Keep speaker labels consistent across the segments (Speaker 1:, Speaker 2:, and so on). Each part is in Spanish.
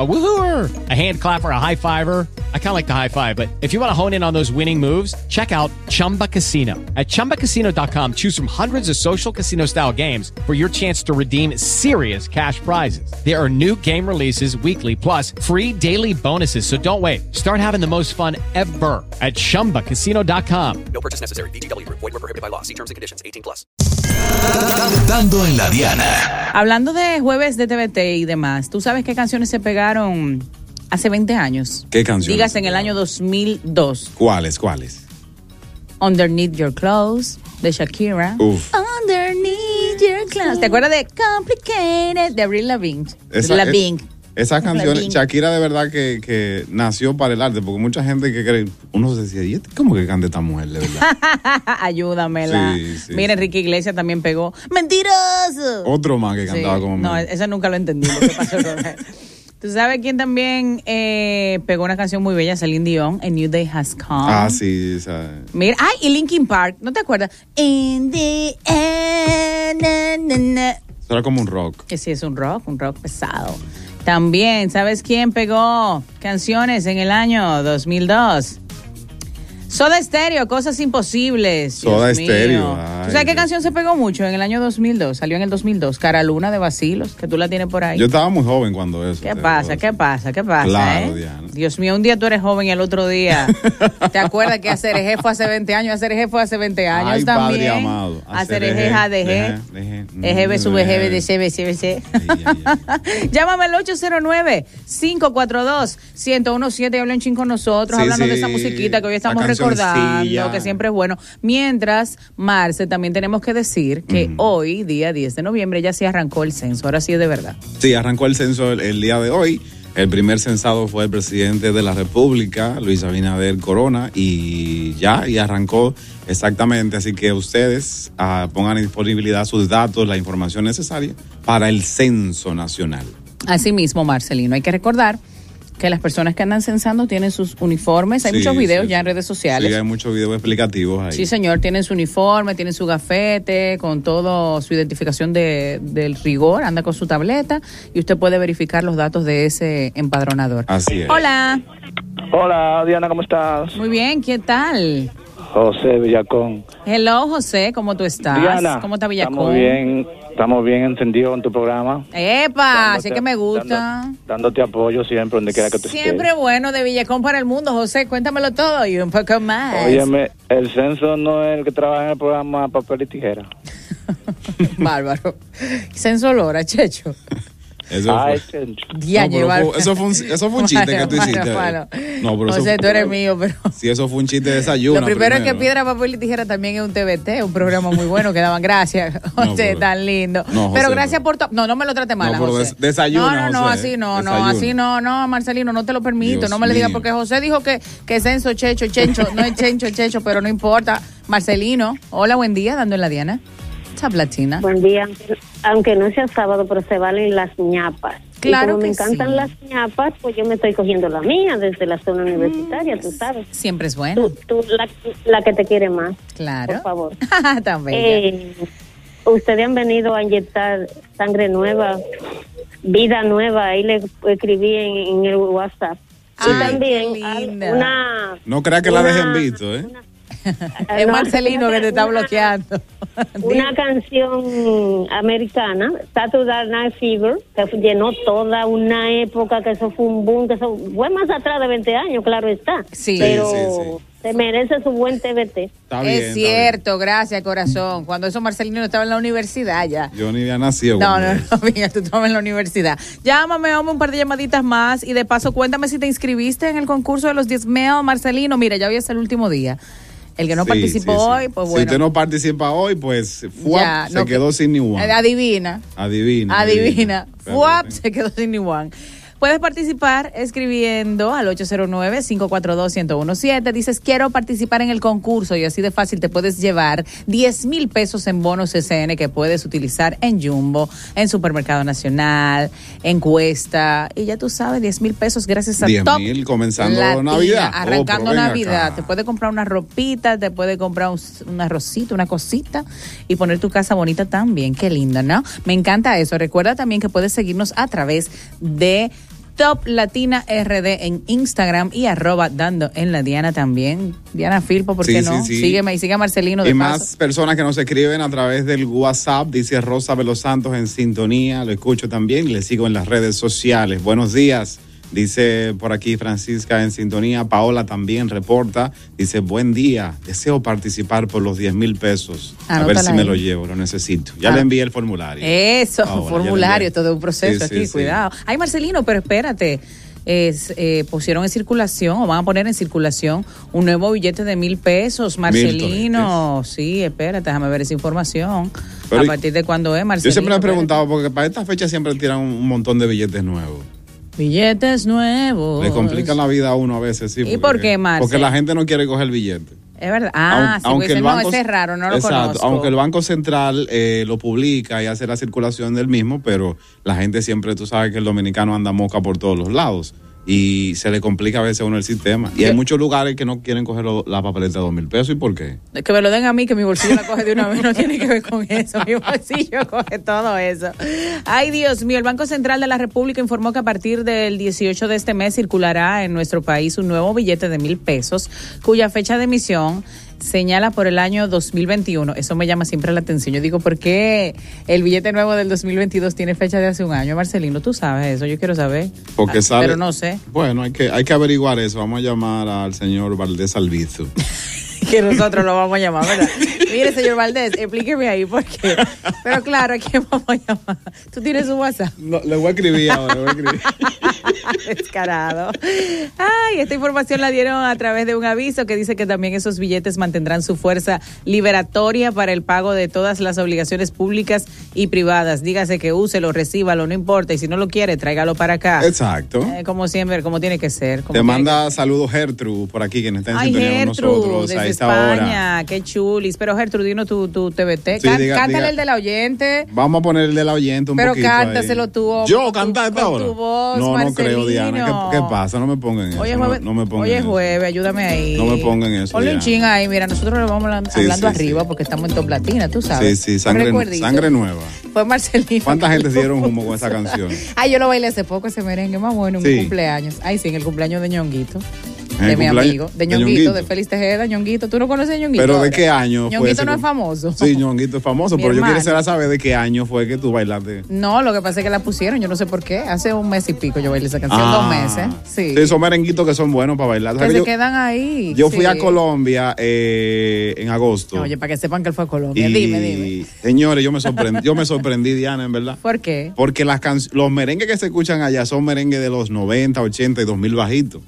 Speaker 1: A woohooer, a hand clapper, a high fiver. I kind of like the high five, but if you want to hone in on those winning moves, check out Chumba Casino. At chumbacasino.com, choose from hundreds of social casino style games for your chance to redeem serious cash prizes. There are new game releases weekly, plus free daily bonuses. So don't wait. Start having the most fun ever at chumbacasino.com.
Speaker 2: No purchase necessary. BGW. Void were prohibited by law. See terms and conditions. 18 plus.
Speaker 3: Dando en la diana.
Speaker 4: Hablando de jueves de TVT y demás, ¿tú sabes qué canciones se pegaron hace 20 años?
Speaker 5: ¿Qué canciones?
Speaker 4: Digas en el año 2002.
Speaker 5: ¿Cuáles? ¿Cuáles?
Speaker 4: Underneath Your Clothes de Shakira.
Speaker 5: Uf.
Speaker 4: Underneath Your Clothes. ¿Te acuerdas de Complicated de Avril Lavigne?
Speaker 5: Esa-
Speaker 4: Lavigne.
Speaker 5: Esas canciones,
Speaker 4: Lavigne.
Speaker 5: Shakira de verdad que, que nació para el arte, porque mucha gente que cree, uno se decía, "¿Y este ¿cómo que canta esta mujer, de verdad?
Speaker 4: Ah, Ayúdamela.
Speaker 5: Sí, sí,
Speaker 4: Mira,
Speaker 5: sí.
Speaker 4: Enrique Iglesias también pegó. ¡Mentiroso!
Speaker 5: Otro más que
Speaker 4: Sí.
Speaker 5: cantaba como
Speaker 4: No,
Speaker 5: mí.
Speaker 4: ese nunca lo entendí. lo que pasó con él. ¿Tú sabes quién también eh, pegó una canción muy bella? Celine Dion, A New Day Has Come.
Speaker 5: Ah, sí, esa.
Speaker 4: Mira, ay, y Linkin Park, ¿no te acuerdas? In the end, na, na, na.
Speaker 5: Eso era como un rock.
Speaker 4: Que sí, es un rock, un rock pesado. También, ¿sabes quién pegó canciones en el año 2002? Soda Stereo, Cosas Imposibles.
Speaker 5: Soda
Speaker 4: mío.
Speaker 5: Stereo,
Speaker 4: ¿Tú
Speaker 5: ay,
Speaker 4: sabes qué
Speaker 5: Dios.
Speaker 4: canción se pegó mucho en el año 2002? Salió en el 2002, Cara Luna de Basilos, que tú la tienes por ahí.
Speaker 5: Yo estaba muy joven cuando eso.
Speaker 4: ¿Qué
Speaker 5: te
Speaker 4: pasa?
Speaker 5: puedo
Speaker 4: ¿Qué pasa? ¿Qué pasa?
Speaker 5: Claro,
Speaker 4: eh?
Speaker 5: Diana.
Speaker 4: Dios mío, un día tú eres joven y el otro día. ¿Te acuerdas que hacer eje fue hace 20 años? Hacer eje fue hace 20 años
Speaker 5: Ay,
Speaker 4: también.
Speaker 5: padre amado.
Speaker 4: Hacer
Speaker 5: Hacer
Speaker 4: eje,
Speaker 5: eje,
Speaker 4: ADG.
Speaker 5: deje, deje.
Speaker 4: EGB,
Speaker 5: Mm,
Speaker 4: subEGB,
Speaker 5: deje.
Speaker 4: DCB, CBC.
Speaker 5: decir. Ay, ay, ay.
Speaker 4: Llámame al 809-542-1017 y hablen ching con nosotros,
Speaker 5: Sí,
Speaker 4: hablando de
Speaker 5: sí,
Speaker 4: esa musiquita que hoy
Speaker 5: la
Speaker 4: estamos
Speaker 5: cancioncilla.
Speaker 4: recordando, que siempre es bueno. Mientras, Marce, también tenemos que decir
Speaker 5: Mm.
Speaker 4: que hoy, día 10 de noviembre, ya se arrancó el censo, ahora sí es de verdad.
Speaker 5: Sí, arrancó el censo el, el día de hoy. El primer censado fue el presidente de la República, Luis Abinader Corona, y ya, y arrancó exactamente. Así que ustedes ah, pongan en disponibilidad sus datos, la información necesaria para el censo nacional.
Speaker 4: Asimismo, Marcelino, hay que recordar que las personas que andan censando tienen sus uniformes. Hay
Speaker 5: Sí,
Speaker 4: muchos videos
Speaker 5: sí,
Speaker 4: ya en
Speaker 5: sí.
Speaker 4: redes sociales.
Speaker 5: Sí,
Speaker 4: Sí,
Speaker 5: hay muchos videos explicativos ahí.
Speaker 4: señor, tienen su uniforme, tienen su gafete, con todo su identificación de, del rigor, anda con su tableta y usted puede verificar los datos de ese empadronador.
Speaker 5: Así es.
Speaker 4: Hola,
Speaker 6: Hola, Diana, ¿cómo estás?
Speaker 4: muy bien, ¿qué tal?
Speaker 6: José Villacón.
Speaker 4: Hello, José, ¿cómo tú estás?
Speaker 6: Diana,
Speaker 4: ¿Cómo está Villacón?
Speaker 6: Estamos bien, estamos bien entendidos en tu programa.
Speaker 4: Epa,
Speaker 6: Dándote-
Speaker 4: así Ah, que me gusta.
Speaker 6: dando- dándote apoyo siempre, donde quiera que tú
Speaker 4: Siempre
Speaker 6: estés.
Speaker 4: bueno de Villacón para el mundo, José, cuéntamelo todo y un poco más.
Speaker 6: Óyeme, el censo no es el que trabaja en el programa Papel y Tijera.
Speaker 4: Bárbaro. Censo Lora, Checho.
Speaker 5: Eso fue.
Speaker 6: Ay, qué-
Speaker 4: Ya
Speaker 5: No, pero
Speaker 4: llevar-
Speaker 5: fue- eso fue un- eso fue un chiste que tú hiciste. No, pero eso
Speaker 4: José,
Speaker 5: fue-
Speaker 4: tú eres mío, pero.
Speaker 5: Si eso fue un chiste de desayuno.
Speaker 4: Lo primero es que Piedra, Papel y Tijera también es un TBT, un programa muy bueno que daban gracias.
Speaker 5: No,
Speaker 4: José,
Speaker 5: pero-
Speaker 4: tan lindo.
Speaker 5: No, José,
Speaker 4: pero gracias
Speaker 5: no.
Speaker 4: por todo. No, no me lo trate mal.
Speaker 5: No, pero
Speaker 4: José.
Speaker 5: des- desayuno,
Speaker 4: No, no, no,
Speaker 5: José,
Speaker 4: así no, no,
Speaker 5: desayuno.
Speaker 4: así no, no, Marcelino, no te lo permito.
Speaker 5: Dios
Speaker 4: no me le digas
Speaker 5: mío.
Speaker 4: porque José dijo que, que censo, checho, chencho. no es chencho, checho, pero no importa. Marcelino, hola, buen día, dando en la Diana. Chaplatina.
Speaker 7: Buen día, aunque- aunque no sea sábado, pero se valen las ñapas.
Speaker 4: Claro
Speaker 7: y como
Speaker 4: que
Speaker 7: me encantan
Speaker 4: sí. Mm.
Speaker 7: las ñapas, pues yo me estoy cogiendo la mía desde la zona universitaria, tú sabes.
Speaker 4: Siempre es bueno.
Speaker 7: Tú, tú la, la que te quiere más.
Speaker 4: Claro.
Speaker 7: Por favor.
Speaker 4: Tan bella.
Speaker 7: Eh, ustedes han venido a inyectar sangre nueva, vida nueva. Ahí le escribí en, en el WhatsApp.
Speaker 4: Sí.
Speaker 7: Y también
Speaker 4: Ay,
Speaker 7: al-
Speaker 4: linda.
Speaker 7: una.
Speaker 5: No creas que la
Speaker 7: una-
Speaker 5: dejen visto, ¿eh?
Speaker 4: Es
Speaker 7: no,
Speaker 4: Marcelino que te está
Speaker 7: una-
Speaker 4: bloqueando.
Speaker 7: una canción americana, Saturday Night Fever, que fu- llenó toda una época, que eso fue un boom, que eso fue más atrás de 20 años, claro está.
Speaker 4: Sí. Sí,
Speaker 7: pero
Speaker 5: sí, sí.
Speaker 7: se merece su buen TBT.
Speaker 5: Está bien,
Speaker 4: es
Speaker 5: está
Speaker 4: cierto, gracias corazón. Cuando eso Marcelino estaba en la universidad ya.
Speaker 5: bien. Yo ni había nacido.
Speaker 4: No,
Speaker 5: cuando
Speaker 4: no,
Speaker 5: eso.
Speaker 4: no, mira, tú estabas en la universidad. Llámame, hombre, un par de llamaditas más y de paso cuéntame si te inscribiste en el concurso de los 10 mil, Marcelino. Mira, ya hoy es el último día. El que no
Speaker 5: Sí,
Speaker 4: participó
Speaker 5: sí, sí.
Speaker 4: hoy, pues
Speaker 5: Si
Speaker 4: bueno.
Speaker 5: usted no participa hoy, pues fuap,
Speaker 4: Ya,
Speaker 5: se
Speaker 4: no,
Speaker 5: quedó sin ni one.
Speaker 4: Eh, Adivina.
Speaker 5: Adivina.
Speaker 4: Adivina.
Speaker 5: Espérate,
Speaker 4: Fuap,
Speaker 5: tengo-
Speaker 4: se quedó sin ni one. Puedes participar escribiendo al 809-542-1017. Dices, quiero participar en el concurso y así de fácil te puedes llevar 10 mil pesos en bonos SN que puedes utilizar en Jumbo, en Supermercado Nacional, en Cuesta. Y ya tú sabes, 10 mil pesos gracias a
Speaker 5: 10
Speaker 4: Top
Speaker 5: mil comenzando
Speaker 4: Latina,
Speaker 5: Navidad. Oh,
Speaker 4: Arrancando
Speaker 5: pero ven
Speaker 4: Navidad.
Speaker 5: acá.
Speaker 4: Te puede comprar una ropita, te puede comprar un, un arrocito, una cosita y poner tu casa bonita también. Qué lindo, ¿no? Me encanta eso. Recuerda también que puedes seguirnos a través de Top Latina RD en Instagram y arroba dando en la Diana también. Diana Filpo, ¿por qué
Speaker 5: Sí,
Speaker 4: no?
Speaker 5: sí, sí.
Speaker 4: Sígueme y sigue a Marcelino de
Speaker 5: Y
Speaker 4: paso.
Speaker 5: más personas que nos escriben a través del WhatsApp, dice Rosa Velos Santos en sintonía, lo escucho también y le sigo en las redes sociales. Buenos días, dice por aquí Francisca en sintonía, Paola también reporta, dice buen día, deseo participar por los 10 mil pesos, a ver
Speaker 4: Anótala
Speaker 5: si me
Speaker 4: ahí.
Speaker 5: lo llevo, lo necesito. Ya
Speaker 4: Ah.
Speaker 5: le envié el formulario.
Speaker 4: Eso,
Speaker 5: Ahora, Ah, ya le
Speaker 4: formulario,
Speaker 5: envié.
Speaker 4: todo un proceso
Speaker 5: Sí, sí,
Speaker 4: aquí,
Speaker 5: sí.
Speaker 4: cuidado. Ay, Marcelino, pero espérate. Es, eh, pusieron en circulación o van a poner en circulación un nuevo billete de mil pesos, Marcelino. sí, espérate, déjame ver esa información.
Speaker 5: Pero
Speaker 4: ¿A
Speaker 5: y-
Speaker 4: partir de cuándo es, Marcelino?
Speaker 5: Yo siempre me he
Speaker 4: espérate.
Speaker 5: preguntado, porque para esta fecha siempre tiran un, un montón de billetes nuevos.
Speaker 4: Billetes nuevos.
Speaker 5: Le complican la vida a uno a veces, sí.
Speaker 4: Oh. ¿Y por qué, Marce?
Speaker 5: Porque la gente no quiere coger el billete.
Speaker 4: Es verdad. Ah,
Speaker 5: Aun-
Speaker 4: sí, porque dicen, no, ese es raro, no lo
Speaker 5: Exacto,
Speaker 4: conozco.
Speaker 5: Aunque el Banco Central eh, lo publica y hace la circulación del mismo, pero la gente siempre, tú sabes que el dominicano anda moca por todos los lados y se le complica a veces a uno el sistema. Y hay muchos lugares que no quieren coger lo- la papeleta de dos mil pesos. ¿Y por qué?
Speaker 4: Que me lo den a mí, que mi bolsillo la coge de una vez, no tiene que ver con eso. Mi bolsillo coge todo eso. Ay, Dios mío, el Banco Central de la República informó que a partir del 18 de este mes circulará en nuestro país un nuevo billete de mil pesos, cuya fecha de emisión señala por el año 2021. Eso me llama siempre la atención. Yo digo, ¿por qué el billete nuevo del 2022 tiene fecha de hace un año? Marcelino, tú sabes eso, yo quiero saber.
Speaker 5: Porque
Speaker 4: Ah,
Speaker 5: sale-
Speaker 4: Pero no sé.
Speaker 5: Bueno, hay que, hay que averiguar eso. Vamos a llamar al señor Valdés Albizu.
Speaker 4: que nosotros lo vamos a llamar, ¿verdad? Mire, señor Valdés, explíqueme ahí por qué. Pero claro, ¿a quién vamos a llamar? Tú tienes su WhatsApp.
Speaker 5: No, le voy a escribir ahora, le voy a escribir.
Speaker 4: Descarado. Ay, esta información la dieron a través de un aviso que dice que también esos billetes mantendrán su fuerza liberatoria para el pago de todas las obligaciones públicas y privadas. Dígase que úselo, recíbalo, no importa. Y si no lo quiere, tráigalo para acá.
Speaker 5: Exacto.
Speaker 4: Eh, como siempre, como tiene que ser. como tiene
Speaker 5: Te
Speaker 4: que
Speaker 5: manda saludos Gertrude por aquí, quien está en
Speaker 4: Ay,
Speaker 5: sintonía
Speaker 4: Gertrude,
Speaker 5: con nosotros a
Speaker 4: desde
Speaker 5: esta hora.
Speaker 4: España, qué chulis. Pero Gertrude, dinos tu, tu TBT.
Speaker 5: Sí,
Speaker 4: Can-
Speaker 5: diga-
Speaker 4: cántale
Speaker 5: diga.
Speaker 4: el de la oyente.
Speaker 5: Vamos a ponerle la oyente un
Speaker 4: Pero
Speaker 5: poquito.
Speaker 4: cántaselo
Speaker 5: ahí.
Speaker 4: tú, hombre,
Speaker 5: Yo
Speaker 4: con tu-
Speaker 5: cantar a esta
Speaker 4: con
Speaker 5: hora?
Speaker 4: tu voz,
Speaker 5: no, no creo,
Speaker 4: Marcelino.
Speaker 5: Diana. ¿Qué, qué pasa? No me pongan eso.
Speaker 4: Oye,
Speaker 5: no,
Speaker 4: jueves,
Speaker 5: no me pongan
Speaker 4: hoy es
Speaker 5: eso.
Speaker 4: jueves, ayúdame ahí.
Speaker 5: No me pongan eso,
Speaker 4: Ponle un
Speaker 5: ya.
Speaker 4: ching ahí, mira, nosotros lo vamos hablando,
Speaker 5: Sí,
Speaker 4: hablando
Speaker 5: sí,
Speaker 4: arriba
Speaker 5: sí.
Speaker 4: porque estamos en top latina, tú
Speaker 5: Sí,
Speaker 4: sabes.
Speaker 5: sí,
Speaker 4: Un
Speaker 5: sangre,
Speaker 4: recuerdito.
Speaker 5: sangre nueva.
Speaker 4: Fue Marcelino.
Speaker 5: ¿Cuánta
Speaker 4: que
Speaker 5: gente
Speaker 4: lo
Speaker 5: se dieron humo con
Speaker 4: puso.
Speaker 5: esa canción?
Speaker 4: Ay, yo lo bailé hace poco, ese merengue más bueno, en
Speaker 5: Sí.
Speaker 4: mi cumpleaños. Ay, sí, en el cumpleaños de Ñonguito.
Speaker 5: En el
Speaker 4: De mi
Speaker 5: cumpleaños
Speaker 4: amigo, de
Speaker 5: de
Speaker 4: Ñonguito,
Speaker 5: Ñonguito.
Speaker 4: de Félix Tejeda, Ñonguito. ¿Tú no conoces a Ñonguito?
Speaker 5: ¿Pero de
Speaker 4: ahora?
Speaker 5: qué año fue?
Speaker 4: Ñonguito
Speaker 5: ese
Speaker 4: no es
Speaker 5: cum-
Speaker 4: famoso.
Speaker 5: Sí, Ñonguito es famoso,
Speaker 4: Mi
Speaker 5: pero yo
Speaker 4: hermano.
Speaker 5: quiero saber- saber de qué año fue que tú bailaste.
Speaker 4: No, lo que pasa es que la pusieron, yo no sé por qué. Hace un mes y pico yo bailé esa canción,
Speaker 5: Ah.
Speaker 4: dos meses. Sí.
Speaker 5: son merenguitos que son buenos para bailar. O sea,
Speaker 4: que se
Speaker 5: que yo,
Speaker 4: quedan ahí.
Speaker 5: yo fui
Speaker 4: sí.
Speaker 5: a Colombia eh, en agosto.
Speaker 4: Oye, para que sepan que él fue a Colombia.
Speaker 5: Y,
Speaker 4: Dime, dime.
Speaker 5: Señores, yo me sorprendí, yo me sorprendí Diana, en verdad.
Speaker 4: ¿Por qué?
Speaker 5: Porque las can- los merengues que se escuchan allá son merengues de los 90, 80 y 2000 bajitos.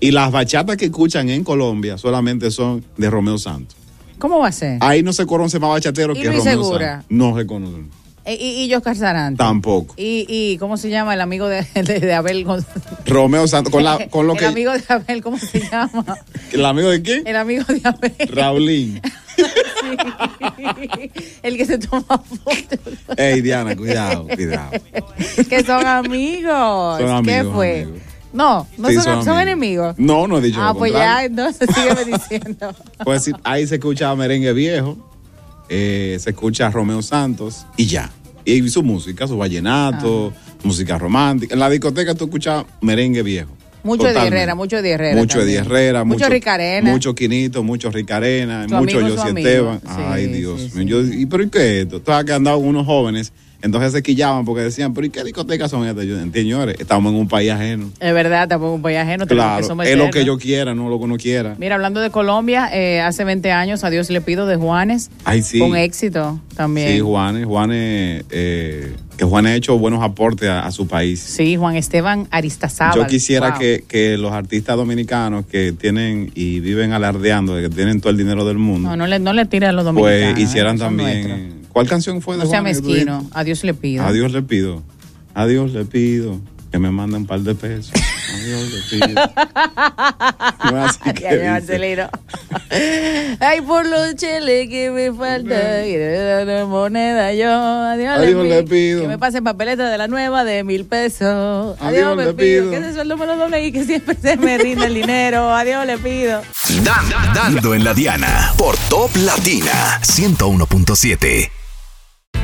Speaker 5: Y las bachatas que escuchan en Colombia solamente son de Romeo Santos.
Speaker 4: ¿Cómo va a ser?
Speaker 5: Ahí no se conoce más bachatero
Speaker 4: ¿Y
Speaker 5: que
Speaker 4: Luis
Speaker 5: Romeo
Speaker 4: Segura?
Speaker 5: Santos. No se conocen.
Speaker 4: E- y, y Oscar Sarante.
Speaker 5: Tampoco.
Speaker 4: Y, y, ¿cómo se llama el amigo de, de, de Abel González?
Speaker 5: Romeo Santos, con, la, con lo
Speaker 4: el
Speaker 5: que...
Speaker 4: amigo de Abel, ¿cómo se llama?
Speaker 5: ¿El amigo de quién?
Speaker 4: El amigo de Abel.
Speaker 5: Raulín.
Speaker 4: Sí. El que se toma fotos.
Speaker 5: Ey, Diana, cuidado, cuidado.
Speaker 4: que son amigos.
Speaker 5: Son
Speaker 4: ¿Qué
Speaker 5: amigos,
Speaker 4: fue?
Speaker 5: amigos.
Speaker 4: No, no
Speaker 5: Sí,
Speaker 4: son,
Speaker 5: son
Speaker 4: son
Speaker 5: amigos.
Speaker 4: enemigos.
Speaker 5: No, no he dicho
Speaker 4: Ah,
Speaker 5: lo
Speaker 4: pues ya,
Speaker 5: contrario.
Speaker 4: entonces sígueme diciendo.
Speaker 5: Pues sí, ahí se escucha merengue viejo, eh, se escucha Romeo Santos y ya. Y su música, su vallenato, música romántica. En la discoteca tú escuchas merengue viejo.
Speaker 4: Mucho Eddie
Speaker 5: Totalmente.
Speaker 4: Herrera, mucho Eddie Herrera.
Speaker 5: Mucho Eddie
Speaker 4: también.
Speaker 5: Herrera,
Speaker 4: mucho, Ricarena.
Speaker 5: Mucho Quinito, mucho Ricarena,
Speaker 4: Tu
Speaker 5: mucho
Speaker 4: amigo, su
Speaker 5: José
Speaker 4: amigo.
Speaker 5: Esteban.
Speaker 4: Sí,
Speaker 5: Ay,
Speaker 4: sí,
Speaker 5: Dios
Speaker 4: sí.
Speaker 5: mío. Yo- ¿Y pero ¿y qué es esto? Tú sabes que han dado unos jóvenes Entonces se quillaban porque decían, pero ¿y qué discotecas son estas? Yo, señores, estamos en un país ajeno.
Speaker 4: Es verdad, estamos en un país ajeno. tenemos que
Speaker 5: Claro, es
Speaker 4: someternos.
Speaker 5: lo que yo quiera, no lo que uno quiera.
Speaker 4: Mira, hablando de Colombia, eh, hace 20 años, a Dios le pido, de Juanes,
Speaker 5: Ay, sí.
Speaker 4: con éxito también.
Speaker 5: Sí, Juanes, Juanes, eh, que Juanes ha hecho buenos aportes a, a su país.
Speaker 4: Sí, Juan Esteban Aristazábal.
Speaker 5: Yo quisiera
Speaker 4: Wow.
Speaker 5: que, que los artistas dominicanos que tienen y viven alardeando de que tienen todo el dinero del mundo,
Speaker 4: No, no le, no le tire a los dominicanos.
Speaker 5: pues hicieran
Speaker 4: eh, son
Speaker 5: también.
Speaker 4: nuestros.
Speaker 5: ¿Cuál canción fue de
Speaker 4: No sea
Speaker 5: Juanes que tú dijiste?
Speaker 4: mezquino, a Dios le pido.
Speaker 5: A Dios le pido, a Dios le pido que me mande un par de pesos. A Dios le pido. No, así que
Speaker 4: Ya, ya,
Speaker 5: dice.
Speaker 4: Marcelino. Ay, por los cheles que me falta. Y de la moneda yo. Adiós,
Speaker 5: Adiós, le pido.
Speaker 4: Que me pasen papeletas de la nueva de mil pesos.
Speaker 5: Adiós,
Speaker 4: me
Speaker 5: le pido.
Speaker 4: Que ese sueldo me lo doble y que siempre se me rinda el dinero. Adiós, le pido.
Speaker 3: Dan- dan- dando en la diana por Top Latina 101.7.